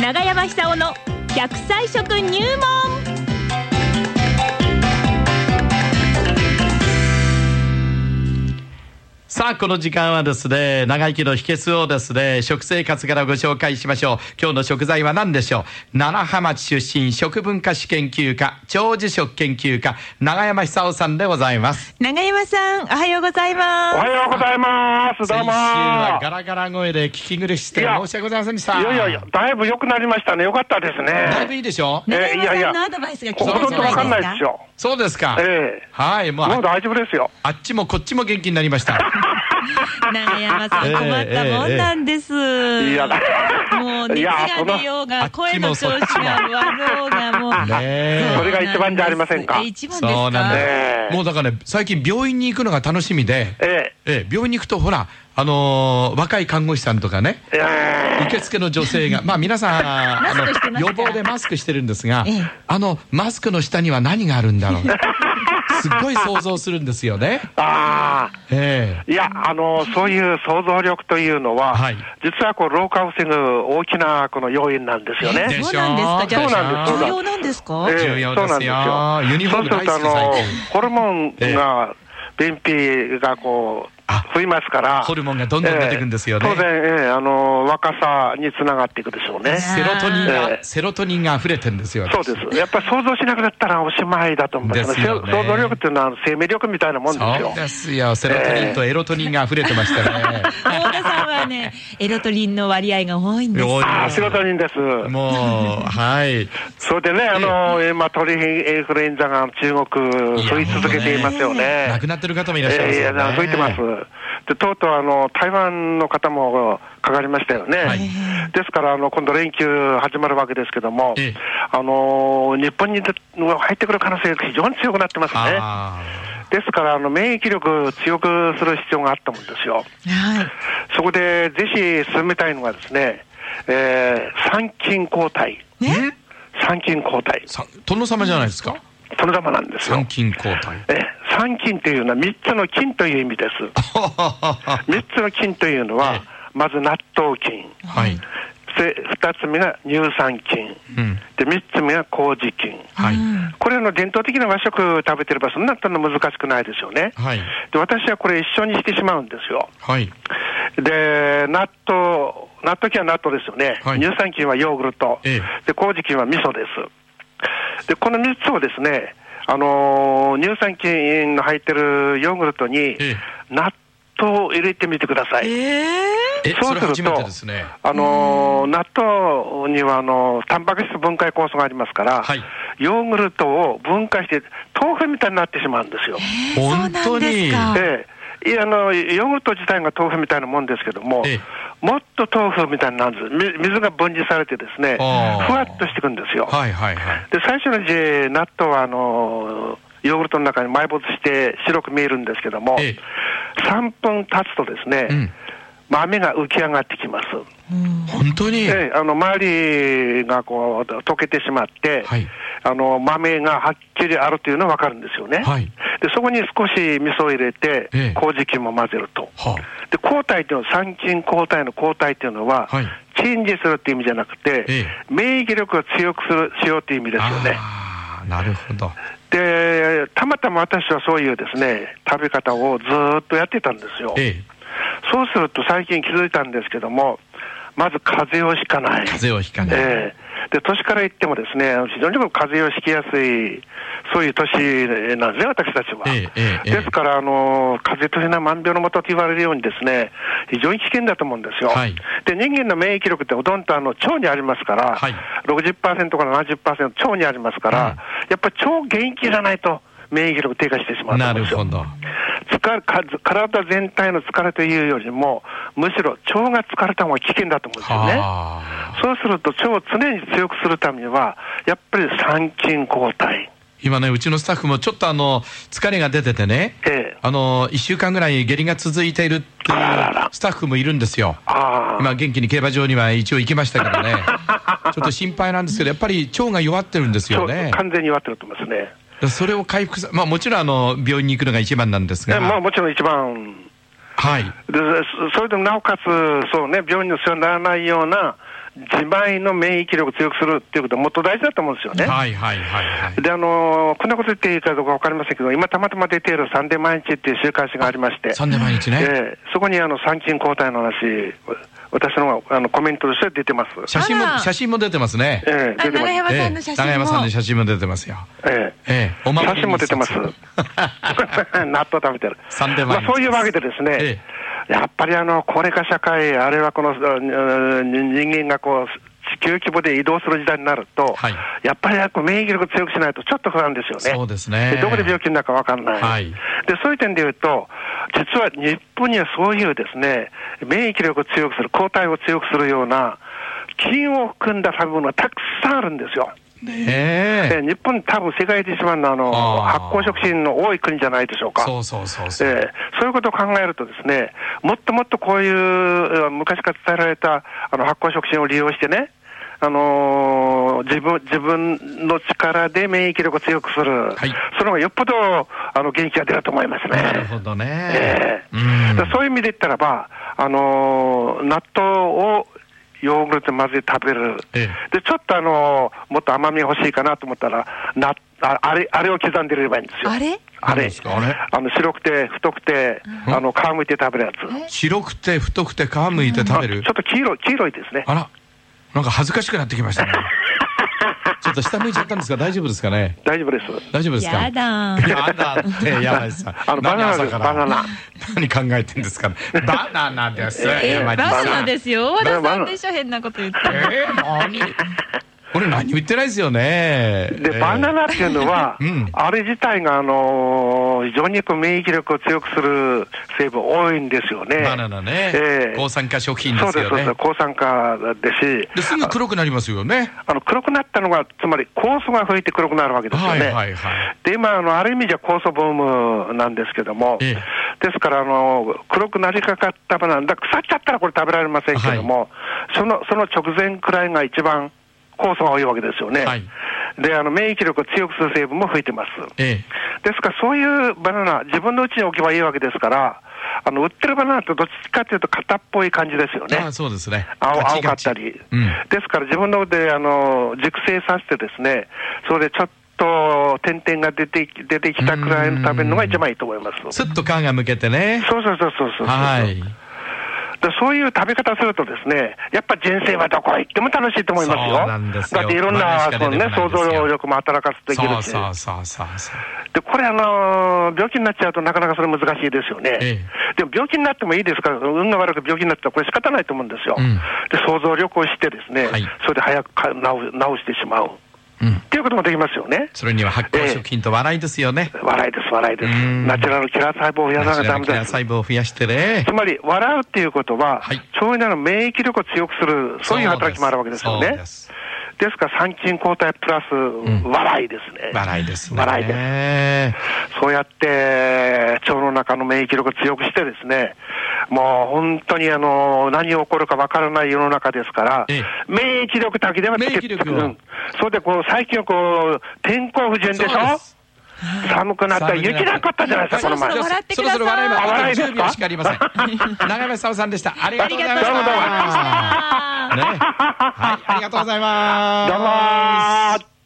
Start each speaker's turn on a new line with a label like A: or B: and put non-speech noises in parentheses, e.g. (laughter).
A: 長山久夫の100歳食入門
B: さあ、この時間はですね、長生きの秘訣をですね、食生活からご紹介しましょう。今日の食材は何でしょう奈良浜町出身食文化史研究家、長寿食研究家、長山久夫さんでございます。
C: 長山さん、おはようござい
D: お
C: ま
D: はようございます。どう
B: 先週
D: も。
B: はガラガラ声で聞き苦しくて
D: いや
B: 申し訳ございませんでした。
D: いやいやいや、だいぶ良くなりましたね。よかったです
B: だいぶ
D: ね。
B: いいでしょ
C: す。
D: え
C: 長
D: ーいや
C: 山
D: い
C: さ
D: や
C: んのアドバイスが聞
D: ほ
C: けた
D: とん
C: じ
D: ど
C: ゃないで
D: わ
C: す
D: かん
C: か
D: ないですよ。
B: そうですか。
D: ええ
B: はい、もう
D: もう
B: あ
D: 大丈夫ですよ。
B: あっちもこっちも元気になりま
D: (laughs)
B: した。
C: 長山さん、困ったもんなんです。
D: いや、
C: もう熱
D: いや
C: が出よう
B: そのあ
C: が、
B: っち
C: 声
B: も
C: の
B: そ
C: 調
B: っ
C: 子
B: ちも
C: が悪ようが、もう。
B: ねえ
D: それが一番じゃありませんか
C: え一番ですか
B: そうなん
D: ね
B: です。
D: え
B: もうだからね、最近病院に行くのが楽しみで、
D: ええ
B: ええ、病院に行くとほら、あのー若い看護師さんとかね、
D: ええ
B: 受付の女
C: (laughs)
B: 性が、まあ皆さん、あの
C: マスクして、ます
B: 予
C: から
B: 防でマスクしてるんですが
C: ええ、
B: あの、マスクの下には何があるんだろ
C: (laughs)
B: う。すっごい想像するんですよね。
D: あ
B: ええ。
D: あ、いや、あの、そういう想像力というのは、
B: はい
D: 実はこう、老化を防ぐ大きなこの要因なんですよね。
B: でしょ
C: そうなんですかじゃあ
D: そうなんですそう
C: 重要
D: なんです
C: なんですか
D: ええ
B: 重要ですよ
D: そうなん
B: ユニフォーム
D: そうすると、あ
B: 大好き
D: の
B: 最、
D: ホルモンが、便秘がこ
B: あ
D: う、増えますから。
B: ホルモンがどんどん出てくんですよね
D: ええ当然、ええあの、若さにつながっていくでしょうね。
B: セロトニンが
D: え、え
B: セロトニンが溢れてるんですよ。
D: そうです。やっぱり想像しなくなったらおしまいだと思います。
B: ですよね
D: 想像力っていうのは生命力みたいなもんです
B: そ
D: よ
B: う。ですよ。セロトニンとエロトニンが溢れてましたね。
C: 大田さんはね、エロトリンの割合が多いんです。
B: 多い
D: ああ、仕事人です。
B: もう、はい。
D: それでね、あの、今、鳥インフルエンザが中国、増え続けていますよ
B: 亡
D: ね
B: く。なってる方もいらっしゃいま
D: え
B: す
D: えい
B: よ
D: や、
B: ね。
D: 増えてます。で、とうとう、あの、台湾の方もかかりましたよね。
B: はい
D: ですから、あの、今度連休始まるわけですけども
B: ええ、
D: あの、日本にで入ってくる可能性が非常に強くなってますね。
B: あ
D: ですから、あの、免疫力を強くする必要があったもんですよ。
C: はい。
D: そこでぜひ進めたいのがですね、えー、参勤交代。
C: ね
D: 参勤交代
B: ー。さ殿様じゃないですか。
D: 殿様なんです
B: 参
D: よ。
B: 勤交代。
D: えー参勤というのは三つの金という意味
B: (laughs)
D: です。三つの金というのは、まず納豆菌。
B: はい。
D: そして二つ目が乳酸菌。
B: うん。
D: で、三つ目が麹菌。
B: はい。
D: これあの伝統的な和食食べてればそんなの難しくないですよね。
B: はい。
D: で、私はこれ一緒にしてしまうんですよ。
B: はい。
D: で、納豆、納豆菌は納豆ですよね。
B: はい
D: 乳酸菌はヨーグルト。
B: ええ
D: で、麹菌は味噌です。で、この3つをですね、あのー乳酸菌の入ってるヨーグルトに
B: え、
D: 納豆を入れてみてください。
B: え、
D: そ
B: そうれ
D: すると
B: 初めてですね。
D: あのー納豆にはあのータンパク質分解酵素がありますから、
B: はい
D: ヨーグルトを分解して、豆腐みたいになってしまうんですよ。
B: 本当に
C: そうなんですか
D: ええ、いやあのヨーグルト自体が豆腐みたいなもんですけども、
B: ええ
D: もっと豆腐みたいになるんです、み水が分離されて、ですねふ
B: あー
D: わっとしていくんですよ。
B: はいはいはい。
D: で最初のうち、納豆はあのヨーグルトの中に埋没して白く見えるんですけども、
B: ええ
D: 3分経つとですね、
B: うん
D: 豆が浮き上がってきます。
B: 本当に。
D: ええ、あの周りがこう溶けてしまって、
B: はい
D: あの豆がはっきりあるというのは分かるんですよね、
B: はい
D: でそこに少し味噌を入れて、
B: ええ
D: 麹菌も混ぜると、
B: は
D: で抗体というのは、参勤抗体の抗体というのは、
B: はい
D: 陳治するという意味じゃなくて、
B: え
D: 免疫力を強くするしようという意味ですよね。
B: ああ、なるほど。
D: で、たまたま私はそういうですね食べ方をずーっとやってたんですよ。
B: ええ、
D: そうすると最近気づいたんですけども、まず風邪をひかない。
B: 風邪をひかない。
D: ええで、年から言ってもですね、あの非常に風邪をひきやすい、そういう年なんですね、私たちは。
B: ええええええ
D: ですから、あの、風邪というのは万病のもとと言われるようにですね、非常に危険だと思うんですよ。
B: はい
D: で、人間の免疫力ってほとんどあの腸にありますから、
B: はい
D: 60%から70%腸にありますから、
B: うん
D: やっぱり腸元気じゃないと免疫力低下してしまうと
B: な
D: 思うん
B: る
D: ですよ。
B: ほど。
D: 疲れか体全体の疲れというよりも、むしろ腸が疲れた方が危険だと思うんですよね。
B: はあ。
D: そうすると腸を常に強くするためには、やっぱり参勤交代。
B: 今ね、うちのスタッフもちょっとあの、疲れが出ててね、
D: ええ
B: あの、1週間ぐらい下痢が続いているっていう
D: あらら
B: スタッフもいるんですよ。
D: ああ。
B: 今元気に競馬場には一応行きましたけ
D: (laughs)
B: どねちょっと心配なんですけどやっぱり腸が弱ってるんですよね
D: そう完全に弱ってると思いますね。
B: それを回復さまあもちろんあの病院に行くのが一番なんです
D: え
B: が、
D: まあもちろん一番。
B: はい
D: で、そそれでもなおかつ、そうね、病院の世話にならないような自前の免疫力を強くするっていうことはもっと大事だと思うんですよね。
B: はいはいはいはい。
D: で、あのーこんなこと言っていいかどうか分かりませんけど、今、たまたま出ているサンデー毎日っていう週刊誌がありまして、
B: 3年毎日ね。
D: ええそこにあの参勤交代の話、私のあのコメントとして出てます。
B: 写真
C: あ
B: も、
C: ら
B: 写真も出てますね。
D: ええ
C: あ
D: 出てま
C: 長山
D: す。
C: さん
B: え
C: の写
B: え永
C: 真
B: 山さん
C: も
B: の。写真も出てますよ。
D: ええ
B: ええ、おま
D: 写真も出てます。
B: (laughs)
D: 納豆食べてる。
B: サンデー
D: ま
B: 毎日
D: あ、そういうわけでですね、
B: え
D: やっぱりあの高齢化社会、あるいはこのうん人間がこう地球規模で移動する時代になると、
B: はい
D: やっぱりこう免疫力強くしないとちょっと不安ですよね。
B: そうですね
D: どこで病気になるかわかんない,、
B: はい
D: で。そういう点で言うと、実は日本にはそういうですね、免疫力を強くする、抗体を強くするような、菌を含んだ食べ物がたくさんあるんですよ。
B: ええ。
D: えー日本、多分世界で一番のあの
B: あー
D: 発酵食品の多い国じゃないでしょうか。
B: そうそうそうそう。
D: えーそういうことを考えるとですね、もっともっとこういうえー昔から伝えられたあの発酵食品を利用してね、あのー自分、自分の力で免疫力を強くする。
B: はい
D: その方がよっぽど、あの、元気が出ると思いますね。
B: なるほどね
D: え。
B: う
D: え
B: ん
D: だからそういう意味で言ったらば、あのー納豆をヨーグルトで混ぜて食べる、
B: え
D: でちょっと、あのーもっと甘みが欲しいかなと思ったら、なああれあれを刻んで入れればいいんですよ。
C: あれ
D: あ
B: 何
D: れ
B: ですかあれ
D: あの白くて太くて、
B: うん
D: あの皮むいて食べるやつ、
B: 白くて太くて皮むいて食べる
D: ちょ。っと黄色い黄色いですね、
B: あら、なんか恥ずかしくなってきました
D: (laughs)
B: ね。ちょっと下向いちゃったんですが大丈夫ですかね。
D: 大丈夫です。
B: 大丈夫ですか。
C: やだ。
B: やだって、山井さん。
D: あのバナナ
B: 何朝
D: です
B: から
D: バナナ。
B: 何考えてんですかね。バナナです。
C: え
B: 山
C: バ
B: 井さ
C: ナ
B: ん。
C: ナですよ。
D: バ
C: 和
D: ナナ
C: 田さんでしょ変なこと言って。
B: えー、何これ何も言ってないですよね。
D: で、バナ
B: ナ
D: ナっていうのは、
B: (laughs) うん
D: あれ自体が、あのー非常にこう免疫力を強くする成分多いんですよね。
B: バナナね、
D: ええ
B: 抗酸化食品
D: そ
B: で
D: う
B: す
D: です、
B: よ
D: そうで
B: ね
D: す。。抗酸化ですし、
B: ですぐ黒くなりますよね。
D: あの黒くなったのが、つまり酵素が増えて黒くなるわけですよ
B: はい
D: ね。
B: はいはい。
D: で、今あの、ある意味じゃ酵素ブームなんですけども、
B: え
D: ですからあの、黒くなりかかったバナナ、だから腐っちゃったらこれ食べられませんけども、そのその直前くらいが一番酵素が多いわけですよね。
B: はい
D: であの免疫力を強くする成分も増えてます。
B: え
D: ですから、そういうバナナ、自分の家に置けばいいわけですから、あの売ってるバナナってどっちかというと、型っぽい感じですよ
B: え
D: ね。
B: ああ、そうですね。
D: 青
B: ガ
D: 青
B: チ
D: か
B: ガ
D: っ
B: チ
D: たり、
B: うん。
D: ですから自分のであの熟成させて、ですねそれでちょっと点々が出てき出てきたくらいの食べるのが一番いいと思います。
B: ス
D: そう
B: ッと皮が向けてね。
D: そうそうそうそう、
B: はい。
D: だそういう食べ方すると、ですねやっぱ人生はどこへ行っても楽しいと思いますよ。
B: そうなんですよ
D: だっていろん
B: まあしか
D: な、
B: 出
D: そ
B: てこな
D: の
B: い
D: ね、想
B: ですよ
D: 像力も働かせていけ
B: そ
D: る
B: う
D: し、
B: そうそうそうそう。
D: でこれ、あのー病気になっちゃうとなかなかそれ難しいですよね、
B: え
D: でも病気になってもいいですから、運が悪く病気になったら、これ仕方ないと思うんですよ、
B: うん
D: で想像力をして、ですね、
B: はい
D: それで早くか治治してしまう
B: うん。
D: っていうこともできますよね、
B: それには発酵食品と笑いですよね。
D: 笑いです、笑いです、
B: うん
D: ナチュラルキラー細胞を増や
B: ナ
D: さ
B: チ
D: な
B: ュラル
D: きゃだめ
B: キ
D: で
B: ラー
D: す。
B: 細胞を増やしてね
D: つ。まり、笑うっていうことは、
B: はい
D: 腸内の免疫力を強くする、そういう働きもあるわけですよ
B: そう
D: ね
B: で。す
D: ですから、参勤交代プラス、
B: ん
D: 笑いですね。
B: 笑いですね。
D: 笑いです。そうやって、腸の中の免疫力を強くしてですね、もう本当にあの、何が起こるかわからない世の中ですから、
B: ええ
D: 免疫力だけではつけ
B: 免疫力を
D: うんそれでこう、最近はこう、天候不順でし
B: そう
D: ょ
B: です
D: 寒くなっ
B: 寒くな
D: た
B: った
D: 雪なかったじゃないですか、この前。
C: そろそろ笑ってください
B: そろそろ笑います。
D: あ笑いです
B: あ
D: か
B: と10秒しかありません。 (laughs) 長山さおさんでした。ありがとうございました。
D: どうもどうも
B: ねはい、ありがとうございます。
D: どうもー